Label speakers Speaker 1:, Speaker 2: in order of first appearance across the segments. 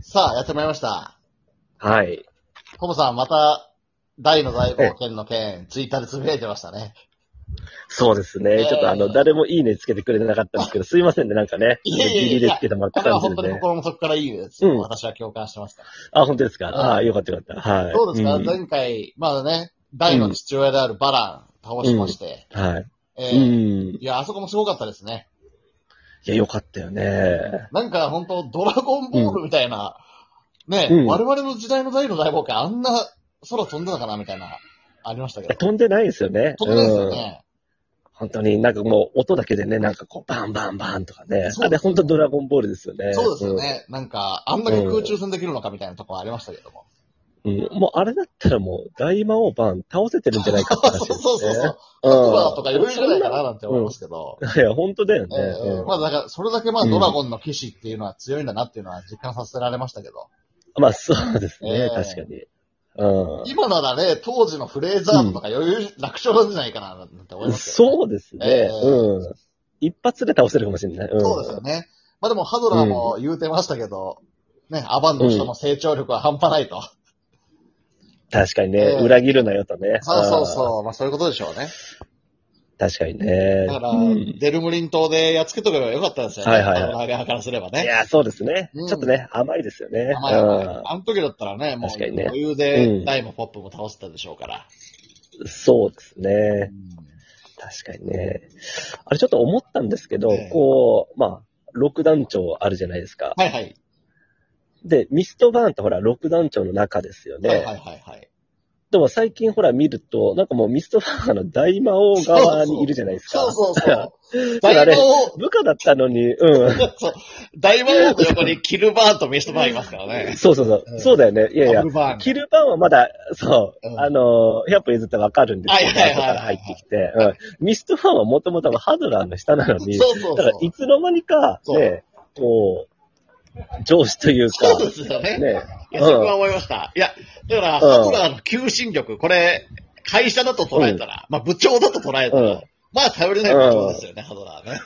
Speaker 1: さあ、やってまいりました。
Speaker 2: はい。
Speaker 1: コモさん、また、大の大冒険の件、ツイッターでつぶやいてましたね。
Speaker 2: そうですね。
Speaker 1: えー
Speaker 2: ちょっとあの、誰もいいねつけてくれなかったんですけど、すいませんね、なんかね。
Speaker 1: いやいやいや
Speaker 2: ギリでつけてもらっ
Speaker 1: だ
Speaker 2: た
Speaker 1: から
Speaker 2: 感
Speaker 1: 本
Speaker 2: じ
Speaker 1: 当
Speaker 2: で
Speaker 1: に
Speaker 2: ね。
Speaker 1: 心の底からいいですよ。
Speaker 2: うん
Speaker 1: 私は共感してますから。
Speaker 2: あ、本当ですか。あ
Speaker 1: う
Speaker 2: あ、
Speaker 1: ん
Speaker 2: よかったよかった。はい。
Speaker 1: どうですか、
Speaker 2: ん
Speaker 1: 前回、まだね、大の父親であるバラン倒しまして、
Speaker 2: はい。
Speaker 1: え
Speaker 2: うん。
Speaker 1: ー
Speaker 2: い
Speaker 1: いや、あそこもすごかったですね。
Speaker 2: や、よかったよね。
Speaker 1: なんか本当ドラゴンボールみたいな、ね、
Speaker 2: うん
Speaker 1: 我々の時代の大の大冒険、あんな空飛んでたかなみたいな、ありましたけど。
Speaker 2: 飛んでないですよね。
Speaker 1: 飛んでないですよ
Speaker 2: うん。
Speaker 1: ね。
Speaker 2: 本当になんかもう音だけでね、なんかこう、バンバンバンとかね。
Speaker 1: そう
Speaker 2: あれ本当ドラゴンボールですよね。
Speaker 1: そうですよね。なんか、あんだけ空中戦できるのかみたいなところありましたけども。
Speaker 2: うん。うん。もうあれだったらもう、大魔王バン倒せてるんじゃないかって話
Speaker 1: そ
Speaker 2: で
Speaker 1: う
Speaker 2: すよ
Speaker 1: そう
Speaker 2: ね。
Speaker 1: そうそう。
Speaker 2: う
Speaker 1: 言葉とか余裕じゃないか
Speaker 2: ん
Speaker 1: ななんて思いますけど。
Speaker 2: いや、本当だよね。
Speaker 1: ええ
Speaker 2: うん
Speaker 1: まあだから、それだけまあ
Speaker 2: うん
Speaker 1: ドラゴンの騎士っていうのは強いんだなっていうのは実感させられましたけど。
Speaker 2: まあ、そうですね、
Speaker 1: ええ
Speaker 2: 確かに。うん。
Speaker 1: 今ならね、当時のフレーザードとか余裕、楽勝なんじゃないかななんて思いますけど、ね。
Speaker 2: そうですね、
Speaker 1: ええ
Speaker 2: うん。一発で倒せるかもしれない。うん、
Speaker 1: そうですよね。まあでも、ハドラーも言うてましたけど、ね、アバンの人の成長力は半端ないと。
Speaker 2: 確かにね、
Speaker 1: ええ
Speaker 2: 裏切るなよとね。
Speaker 1: そうそう
Speaker 2: う。
Speaker 1: そう。まあそういうことでしょうね。
Speaker 2: 確かにね。
Speaker 1: だから、
Speaker 2: うん
Speaker 1: デルムリン島でやっつけとけばよかったんですよね。
Speaker 2: はいはいはい
Speaker 1: ハドラー側からすれば
Speaker 2: い
Speaker 1: ね。
Speaker 2: や、そうですね、
Speaker 1: うん
Speaker 2: ちょっとね、甘いですよね。
Speaker 1: まあやっぱり
Speaker 2: うん
Speaker 1: あの時だったらね、もう
Speaker 2: 確かにね
Speaker 1: 余裕
Speaker 2: う
Speaker 1: で
Speaker 2: ん
Speaker 1: ダイもポップも倒せたでしょうから。
Speaker 2: そうですね。
Speaker 1: うん
Speaker 2: 確かにね。あれ、ちょっと思ったんですけど、
Speaker 1: ええ
Speaker 2: こう、まあ、六団長あるじゃないですか。
Speaker 1: はいはい。
Speaker 2: で、ミストバーンってほら、六団長の中ですよね。
Speaker 1: はいはいはいはい。
Speaker 2: でも最近ほら見ると、なんかもうミストファーの大魔王側にいるじゃないですか。
Speaker 1: そうそう そう。
Speaker 2: だから
Speaker 1: 大
Speaker 2: あれ
Speaker 1: 魔 王、
Speaker 2: 部下だったのに、うん。
Speaker 1: そう。大魔王の横にキルバーンとミストバーンいますからね。
Speaker 2: そうそうそう。
Speaker 1: うん
Speaker 2: そうだよね。いやいや
Speaker 1: ダブ。ルバーン。
Speaker 2: キルバーンはまだ、そう、
Speaker 1: うん
Speaker 2: あのー、100歩譲ってわかるんですけど、
Speaker 1: はいはいはい
Speaker 2: 後から入ってきて、うん。ミストファーはもともとハドラーの下なのに、
Speaker 1: そうそう
Speaker 2: だか
Speaker 1: そ
Speaker 2: ら
Speaker 1: う。
Speaker 2: いつの間にか、ね、こう、上司というか、
Speaker 1: そうですよね。
Speaker 2: ね、
Speaker 1: いや、そこは思いました。いや、だから、
Speaker 2: うん
Speaker 1: ハトラーの求心力、これ、会社だと捉えたら、まあ部長だと捉えた
Speaker 2: うん
Speaker 1: ら、まあ頼りない部長ですよね、ハドラーね。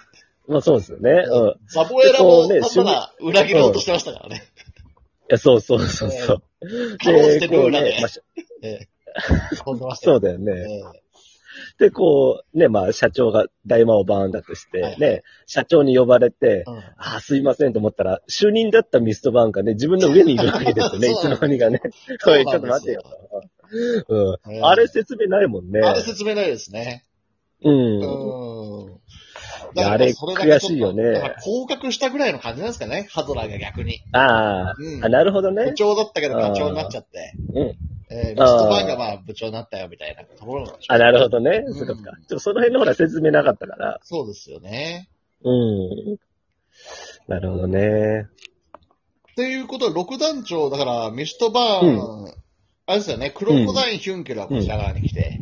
Speaker 2: まあそうですよね。うん。い
Speaker 1: サボエラも、
Speaker 2: でこ
Speaker 1: な
Speaker 2: うね
Speaker 1: んなら裏切ろうとしてましたからね。
Speaker 2: や、そうそうそうそう。
Speaker 1: 過労して
Speaker 2: こ
Speaker 1: る
Speaker 2: う
Speaker 1: 裏で
Speaker 2: ね、まあ、し
Speaker 1: 飛んでました
Speaker 2: そ
Speaker 1: よ
Speaker 2: うだよね。
Speaker 1: ね。
Speaker 2: で、こう、ね、まあ、社長が大魔王バーンだとして、
Speaker 1: はい
Speaker 2: ね、社長に呼ばれて、
Speaker 1: うん
Speaker 2: ああ、すいませんと思ったら、主任だったミストバーンがね、自分の上にいるわけです よね、い
Speaker 1: そう
Speaker 2: つ
Speaker 1: な
Speaker 2: の
Speaker 1: んです
Speaker 2: 間にかね。
Speaker 1: そう
Speaker 2: お
Speaker 1: なんですよ
Speaker 2: い、ちょっと待ってよ。うん。あれ説明ないもんね。
Speaker 1: あれ説明ないですね。
Speaker 2: う
Speaker 1: う
Speaker 2: ん。
Speaker 1: ん。
Speaker 2: いやあれ悔しいよね
Speaker 1: だから降格したぐらいの感じなんですかね、ハドラーが逆に。
Speaker 2: あ
Speaker 1: うん
Speaker 2: あ、あ、なるほど
Speaker 1: 部
Speaker 2: ね。
Speaker 1: 長だったけど課長になっちゃって。
Speaker 2: うん。
Speaker 1: えー、ミストバーンがまあ部長になったよみたいなところなんでしょ
Speaker 2: あ、
Speaker 1: うね
Speaker 2: なるほどね。
Speaker 1: うん
Speaker 2: そっかそっか。ちょっとその辺のほら説明なかったから。
Speaker 1: そうですよね。
Speaker 2: うん。なるほどね。
Speaker 1: っていうことは、六団長、だからミストバーン、あれですよね、クロコダイン・ヒュンケルはこちら側に来て、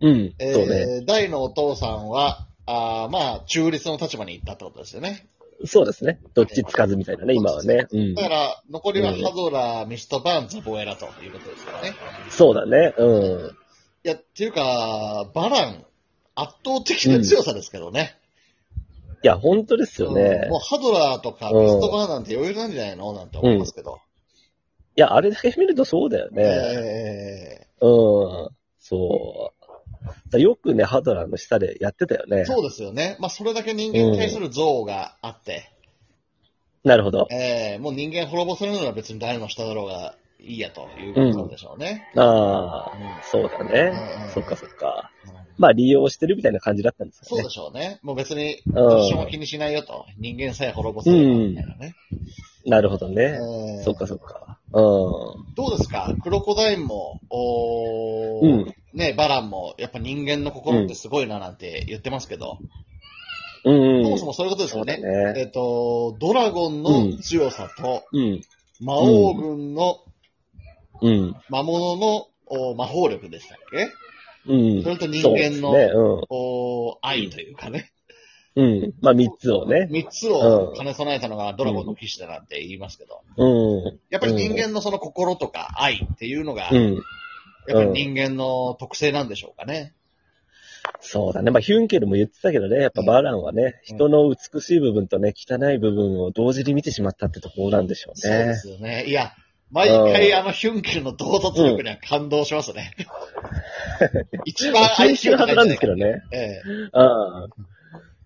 Speaker 2: うん。
Speaker 1: えー
Speaker 2: そうね。
Speaker 1: 大のお父さんは、あーまあ、中立の立場に行ったってことですよね。
Speaker 2: そうですね。どっちつかずみたいなね、今はね。うん
Speaker 1: だ。から、残りは
Speaker 2: うん
Speaker 1: ハドラー、ミストバーン、ザボエラということですよね。
Speaker 2: そうだね。うん。
Speaker 1: いや、っていうか、バラン、圧倒的な強さですけどね。
Speaker 2: いや、本当ですよね
Speaker 1: うん。もうハドラーとかミストバーンなんて余裕なんじゃないのなんて思いますけど。
Speaker 2: いや、あれだけ見るとそうだよ
Speaker 1: え
Speaker 2: ね。
Speaker 1: え
Speaker 2: うん。そう。だよくね、ハドラーの下でやってたよね。
Speaker 1: そうですよね。まあ、それだけ人間に対する憎悪があって、
Speaker 2: なるほど。
Speaker 1: ええもう人間滅ぼせるなら別に誰の下だろうがいいやということなんでしょうね。
Speaker 2: あ
Speaker 1: う
Speaker 2: あ、
Speaker 1: ん
Speaker 2: そうだ
Speaker 1: うん
Speaker 2: ね。そっかそっか
Speaker 1: うん。
Speaker 2: まあ、利用してるみたいな感じだったんです
Speaker 1: そ
Speaker 2: よ
Speaker 1: う
Speaker 2: ね
Speaker 1: で。しょうね。もう別に、
Speaker 2: ん
Speaker 1: どうしても気にしないよと。人間さえ滅ぼせるみたいなね。
Speaker 2: なるほどね。
Speaker 1: ええ
Speaker 2: そっかそっか。う
Speaker 1: どうですかクロコダインも、おー
Speaker 2: ん。うん。
Speaker 1: ね、バランも、やっぱ人間の心ってすごいななんて言ってますけど、
Speaker 2: うん。
Speaker 1: そもそもそういうことです
Speaker 2: そ
Speaker 1: よ
Speaker 2: うだ
Speaker 1: ね。
Speaker 2: ね。
Speaker 1: えっ、と、ドラゴンの強さと、
Speaker 2: うん。
Speaker 1: 魔王軍の
Speaker 2: うん。
Speaker 1: 魔物のお魔法力でしたっけ
Speaker 2: うん。
Speaker 1: それと人
Speaker 2: そうです
Speaker 1: 間の
Speaker 2: ね。うん。
Speaker 1: お愛というかね、
Speaker 2: うん。まあ、三つをね。
Speaker 1: 三つを兼ね備えたのがドラゴンの騎士だなんて言いますけど、
Speaker 2: うん。
Speaker 1: やっぱり人間のその心とか愛っていうのが、
Speaker 2: う
Speaker 1: やっ
Speaker 2: ん。
Speaker 1: ぱり人間の特性なんでしょうかね。
Speaker 2: そうだね。まあ、ヒュンケルも言ってたけどね、やっぱバランはね、
Speaker 1: うん
Speaker 2: 人の美しい部分とね、汚い部分を同時に見てしまったってところなんでしょう
Speaker 1: そうで
Speaker 2: ね。
Speaker 1: すよね。いや、毎回あのヒュンケルの洞突力には感動します ね。一番
Speaker 2: 禁
Speaker 1: 愛嬌
Speaker 2: 止のはずなんですけ
Speaker 1: ど。
Speaker 2: どね。
Speaker 1: え
Speaker 2: ああ。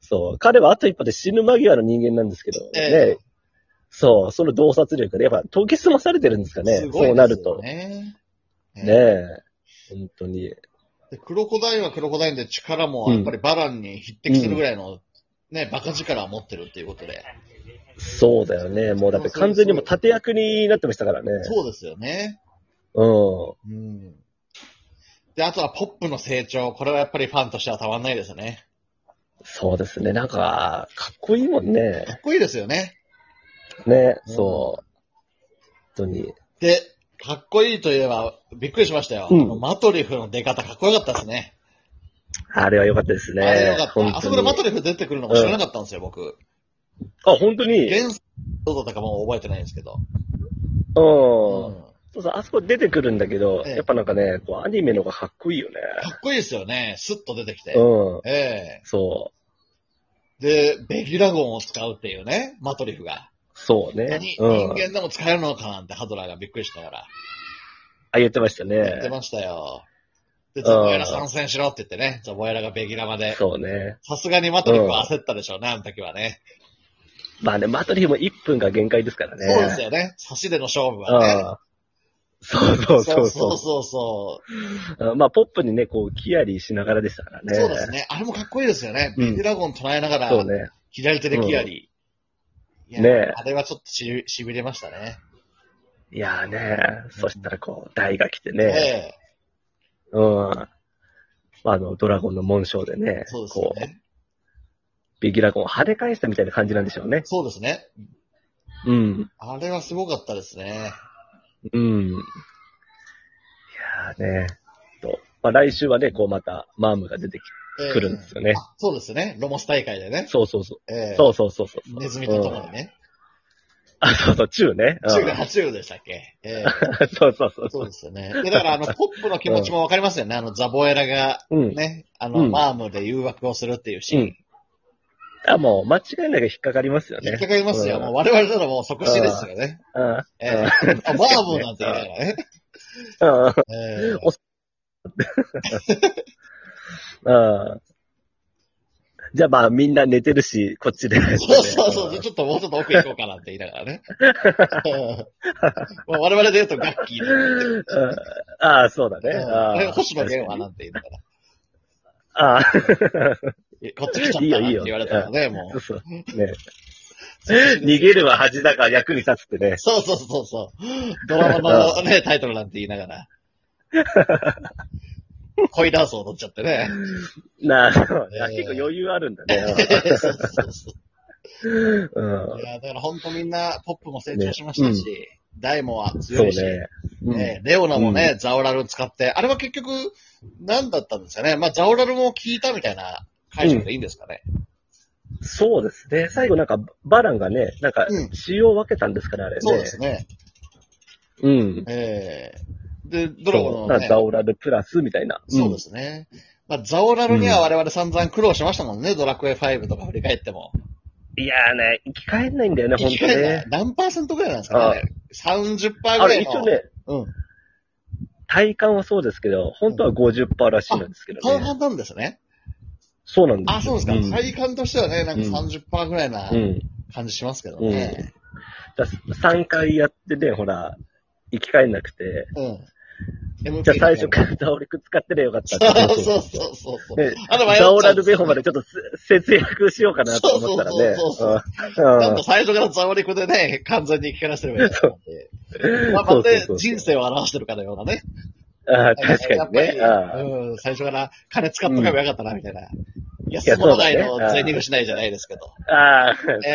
Speaker 2: そう。彼はあと一歩で死ぬ間際の人間なんですけど、ね。
Speaker 1: ええ
Speaker 2: そう、その洞察力で、やっぱ研ぎ澄まされてるんですか
Speaker 1: え
Speaker 2: ね。
Speaker 1: すごい
Speaker 2: そうなると。ね
Speaker 1: ですよね。え
Speaker 2: え。本当に。
Speaker 1: でクロコダインはクロコダインで力もやっぱりバランに匹敵するぐらいの、ね、バカ力を持ってるっていうことで。
Speaker 2: そうだよね。もうだって完全にもう盾役になってましたからね。
Speaker 1: そうですよね。
Speaker 2: うん。
Speaker 1: うん。で、あとはポップの成長。これはやっぱりファンとしてはたまんないですね。
Speaker 2: そうですね。なんか、かっこいいもんね
Speaker 1: か。っこいいですよね。
Speaker 2: ね、
Speaker 1: うん
Speaker 2: そう。本当に。
Speaker 1: で、かっこいいといえば、びっくりしましたよ。
Speaker 2: うん
Speaker 1: あのマトリフの出方、かっこよかったですね。
Speaker 2: あれは良かったですね。
Speaker 1: あれよかっ
Speaker 2: 本
Speaker 1: た。
Speaker 2: 当に
Speaker 1: あそこでマトリフ出てくるのも知らなかったんですよ、僕。
Speaker 2: あ、本当に。うん。
Speaker 1: 原作どうだったかもう覚えてないんですけど。うんか
Speaker 2: そうそう、あそこ出てくるんだけど、
Speaker 1: ええ
Speaker 2: やっぱなんかね、こうアニメの方がかっこいいよね。
Speaker 1: っこいいですよね。スッと出てきて。
Speaker 2: うん。
Speaker 1: ええ
Speaker 2: そう。
Speaker 1: で、ベギラゴンを使うっていうね、マトリフが。
Speaker 2: そうね。
Speaker 1: 何
Speaker 2: う
Speaker 1: 人
Speaker 2: ん。
Speaker 1: 間でも使えるのかなんてハドラーがびっくりしたから。
Speaker 2: あ、言ってました
Speaker 1: 言って
Speaker 2: ね。
Speaker 1: ましたよ。で、
Speaker 2: うん
Speaker 1: ザボエラ参戦しろって言ってね、ザボエラがベギラまで。
Speaker 2: そうね。
Speaker 1: さすがにマトリフは焦ったでしょうね、あの時はね。
Speaker 2: まあね、マトリフも1分が限界ですからね。
Speaker 1: そうですよね。差しでの勝負はね。
Speaker 2: ああそうそうそう
Speaker 1: そ
Speaker 2: そう
Speaker 1: そうそう。
Speaker 2: う。まあ、ポップにね、こう、キアリしながらでしたからね。
Speaker 1: そうですね。あれもかっこいいですよね。
Speaker 2: うん
Speaker 1: ビデラゴン捉えながら、
Speaker 2: そうね。
Speaker 1: 左手でキアリー。いや
Speaker 2: ねえ
Speaker 1: あれはちょっとししびれましたね。
Speaker 2: いやーね、そしたらこう、台が来て
Speaker 1: え
Speaker 2: ね、
Speaker 1: え
Speaker 2: うん。あの、ドラゴンの紋章でね、
Speaker 1: そうですよ
Speaker 2: こう、
Speaker 1: ね。
Speaker 2: ビギラゴンを跳ね返したみたいな感じなんでしょうね。
Speaker 1: そうですね。
Speaker 2: うん。
Speaker 1: あれはすごかったですね。
Speaker 2: うん。いやーね、と。まあ、来週はね、こう、また、マームが出て
Speaker 1: ええ
Speaker 2: くるんですよね。
Speaker 1: あそうですね。ロモス大会でね。
Speaker 2: そうそうそう。
Speaker 1: ええ
Speaker 2: そうそうそうそう。
Speaker 1: ネズミと共
Speaker 2: う
Speaker 1: に
Speaker 2: ん
Speaker 1: ね。
Speaker 2: あ、そうそう、チューね。うん
Speaker 1: 中が8中でしたっけええ
Speaker 2: そうそうそ
Speaker 1: そ
Speaker 2: うそうう。
Speaker 1: ですよ ね。でだから、あの、ポップの気持ちもわかりますよね。あの、ザボエラが、
Speaker 2: うん。
Speaker 1: ね、あの、
Speaker 2: うん
Speaker 1: マームで誘惑をするっていうシーン。
Speaker 2: うんあ、もう、間違いなく引っかかりますよ
Speaker 1: 引っ
Speaker 2: ね。
Speaker 1: かかりますよ。
Speaker 2: うん
Speaker 1: もう我々ならもう即死ですよね。
Speaker 2: うん。
Speaker 1: ええあマームなんて言いながらね。
Speaker 2: うん。
Speaker 1: ええ
Speaker 2: うん。じゃあまあ、みんな寝てるし、こっちで。
Speaker 1: そうそうそう。ちょっともうちょっと奥行こうかなって言いながらね。 うんもう我々で言うとガッキーとか言ってる
Speaker 2: うんああ、そうだね。あ
Speaker 1: うん
Speaker 2: あ
Speaker 1: で星野源はなんて言いながら。
Speaker 2: ああ、
Speaker 1: えこっち来ちゃった
Speaker 2: いい
Speaker 1: な
Speaker 2: よ
Speaker 1: いっ
Speaker 2: い
Speaker 1: て
Speaker 2: よ
Speaker 1: 言われたらね、も
Speaker 2: そう
Speaker 1: う。
Speaker 2: そう。ね。 逃げるは恥だが役に立つってね。
Speaker 1: そうそうそうそう。ドラマのね、タイトルなんて言いなが ら。恋ダンスを踊っちゃってね。
Speaker 2: なあ、そうね
Speaker 1: え
Speaker 2: あ
Speaker 1: え
Speaker 2: 結構余裕あるんだ
Speaker 1: そ
Speaker 2: ね。
Speaker 1: うそうそう。
Speaker 2: うん
Speaker 1: い。や、だから本当みんな、ポップも成長しましたし、ダイモは
Speaker 2: そう
Speaker 1: 強いし、
Speaker 2: ね。うん
Speaker 1: ねレオナもね、ザオラル使って、あれは結局、何だったんですかね。まあ、ザオラルも効いたみたいな解釈でいいんですかね。
Speaker 2: そうですね。最後なんか、バランがね、なんか
Speaker 1: うん、
Speaker 2: 使用分けたんですから、あれね。
Speaker 1: そうですね。
Speaker 2: うん。
Speaker 1: ええで、ドラ
Speaker 2: そ
Speaker 1: ゴ
Speaker 2: う。
Speaker 1: ンの
Speaker 2: な
Speaker 1: ね、
Speaker 2: ダオラルプラスみたいな。
Speaker 1: そうですね。まあ、ザオラルには我々散々苦労しましたもんね、ドラクエ5とか振り返っても。
Speaker 2: うん。いやーね、生き返んないんだよね、
Speaker 1: 生
Speaker 2: 本
Speaker 1: き
Speaker 2: 当
Speaker 1: 返らない
Speaker 2: ね。
Speaker 1: 何パーセントぐらいなんですかね。30%ぐ
Speaker 2: あ
Speaker 1: ら
Speaker 2: れ、
Speaker 1: い
Speaker 2: 一
Speaker 1: の。
Speaker 2: 応ね、
Speaker 1: うん。
Speaker 2: 体感はそうですけど、本当は50%らしいんですけど
Speaker 1: 半
Speaker 2: ね。
Speaker 1: 々なんですね。
Speaker 2: そうなんですよ
Speaker 1: あ、そうですか。
Speaker 2: ん
Speaker 1: 体感としてはね、なんか30%ぐらいな
Speaker 2: うん。
Speaker 1: 感じしますけどね。
Speaker 2: だ3回やってね、ほら、生き返んなくて、
Speaker 1: うん。
Speaker 2: じゃあ最初から倒れく使ってりゃよかったって
Speaker 1: ら。そうそうそうそうそう。
Speaker 2: ね
Speaker 1: あの
Speaker 2: ザオラルベホま
Speaker 1: で。
Speaker 2: でちょっとす節約しようかなと思ったらね。
Speaker 1: そうそうそう
Speaker 2: うん
Speaker 1: なんか最初からザオリクでね、完全に聞かなせればいいと思って。まあ、ま
Speaker 2: そうそう
Speaker 1: て
Speaker 2: そう
Speaker 1: 人生を表してるかのようなね。
Speaker 2: あー確
Speaker 1: や
Speaker 2: か
Speaker 1: っ
Speaker 2: に
Speaker 1: ぱ
Speaker 2: ね。
Speaker 1: り
Speaker 2: あー
Speaker 1: うん、最初から金使っとけばよかったな、みたいな。いや、
Speaker 2: いや
Speaker 1: その代の
Speaker 2: そうだね
Speaker 1: 贅肉しないじゃないですけど。
Speaker 2: あー、そう
Speaker 1: え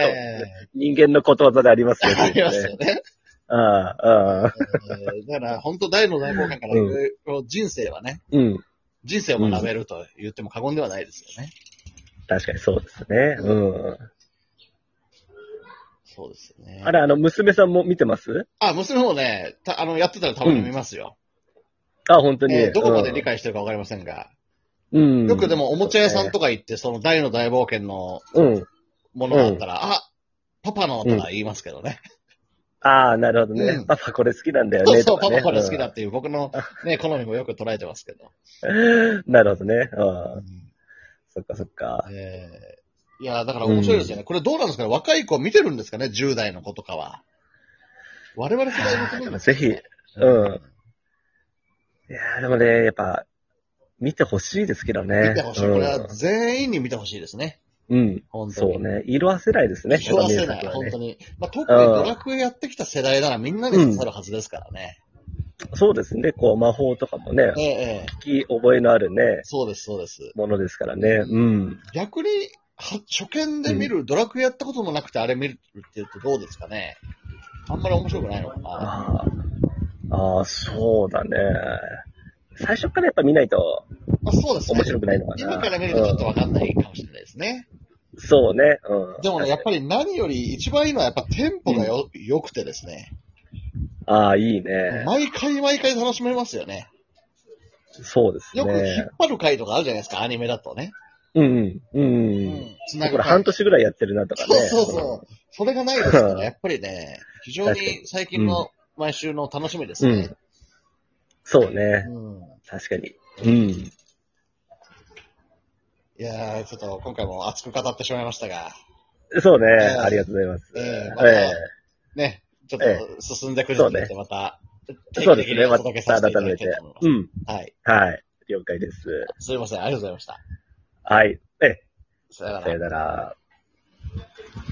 Speaker 1: え
Speaker 2: 人間のことわざであり ますね。
Speaker 1: ありますよね。
Speaker 2: ああ、ああ、
Speaker 1: えーだから、本当大の大冒険から、
Speaker 2: う
Speaker 1: い
Speaker 2: ん
Speaker 1: ろいろ人生はね、
Speaker 2: うん。
Speaker 1: 人生を学べると言っても過言ではないですよね。
Speaker 2: 確かにそうですね。うん。
Speaker 1: そうですよね。
Speaker 2: あれ、あの、娘さんも見てます
Speaker 1: あ、娘もね、たあの、やってたらたまに見ますよ。
Speaker 2: あ、本当に。
Speaker 1: えーどこまで
Speaker 2: うん
Speaker 1: 理解してるかわかりませんが。
Speaker 2: うん。
Speaker 1: よくでもおもちゃ屋さんとか行って、その大の大冒険の
Speaker 2: うん。
Speaker 1: ものがあったら、あ、パパのとか言いますけどね。
Speaker 2: ああ、なるほどね、
Speaker 1: うん
Speaker 2: パパこれ好きなんだよ
Speaker 1: そう
Speaker 2: ね。
Speaker 1: そう、
Speaker 2: とか
Speaker 1: パ
Speaker 2: ね
Speaker 1: パこれ好きだっていう僕のね、好みもよく捉えてますけど。
Speaker 2: うんなるほどね。
Speaker 1: う
Speaker 2: うん。
Speaker 1: ん
Speaker 2: そっかそっか。
Speaker 1: えーいや、だから面白いですよね。これどうなんですかね若い子見てるんですかね ?10 代の子とかは。我々世代の子なんですかね
Speaker 2: ぜひうん。いやーでもね、やっぱ、見てほしいですけどね。
Speaker 1: 見てほしい。これは全員に見てほしいですね。
Speaker 2: うん。うん。
Speaker 1: 本当
Speaker 2: そう
Speaker 1: に。
Speaker 2: ね。色あせないですね。
Speaker 1: 色褪せない、
Speaker 2: やっぱ
Speaker 1: 本
Speaker 2: 名
Speaker 1: 当
Speaker 2: 作はね
Speaker 1: に。まあ、特にドラクエやってきた世代ならみんなに刺さるはずですからね。
Speaker 2: そうですね。こう、魔法とかもね、
Speaker 1: ええええ
Speaker 2: 聞き覚えのあるね、
Speaker 1: そうです、そうです。
Speaker 2: ものですからね。うん。
Speaker 1: 逆に、は初見で見る、ドラクエやったこともなくてあれ見るっていうとどうですかねあんまり面白くないのかな
Speaker 2: ああ、ああ、そうだね。最初からやっぱ見ないと
Speaker 1: まあ、そうですね
Speaker 2: 面。白くないのかな。
Speaker 1: 今から見るとちょっとわかんないかもしれないですね。
Speaker 2: うんそうね。うん。
Speaker 1: でもね、やっぱり何より一番いいのはやっぱテンポがよ、良くてですね。
Speaker 2: ああ、いいね。
Speaker 1: 毎回毎回楽しめますよね。
Speaker 2: そうです
Speaker 1: よく引っ
Speaker 2: ね。
Speaker 1: 張る回とかあるじゃないですか、アニメだとね。
Speaker 2: うん、うん、
Speaker 1: う
Speaker 2: うん。。
Speaker 1: つな
Speaker 2: だ
Speaker 1: ぐ
Speaker 2: から
Speaker 1: 回
Speaker 2: 半年ぐらいやってるなとかね。
Speaker 1: そうそうそう。それがないですから、やっぱりね、非常
Speaker 2: 確か
Speaker 1: に最近の毎週の楽しみですね。
Speaker 2: そうね。
Speaker 1: うん
Speaker 2: 確かに。うん。
Speaker 1: いやー、ちょっと今回も熱く語ってしまいましたが、
Speaker 2: そうね。
Speaker 1: ええ
Speaker 2: ありがとうございます。
Speaker 1: ええまた
Speaker 2: え
Speaker 1: ね、ちょっ
Speaker 2: え
Speaker 1: と進んでくれて
Speaker 2: そう
Speaker 1: て、また、
Speaker 2: えそうですね。
Speaker 1: お
Speaker 2: ま
Speaker 1: 届けさせ
Speaker 2: た
Speaker 1: てい
Speaker 2: 改
Speaker 1: ただ
Speaker 2: め
Speaker 1: き
Speaker 2: て
Speaker 1: たいと思い。
Speaker 2: う
Speaker 1: ま
Speaker 2: ん。
Speaker 1: す。はい。
Speaker 2: はい。了解です。
Speaker 1: すいません、ありがとうございました。
Speaker 2: はい。ええ、
Speaker 1: さよな
Speaker 2: さ
Speaker 1: ら
Speaker 2: よ。なら。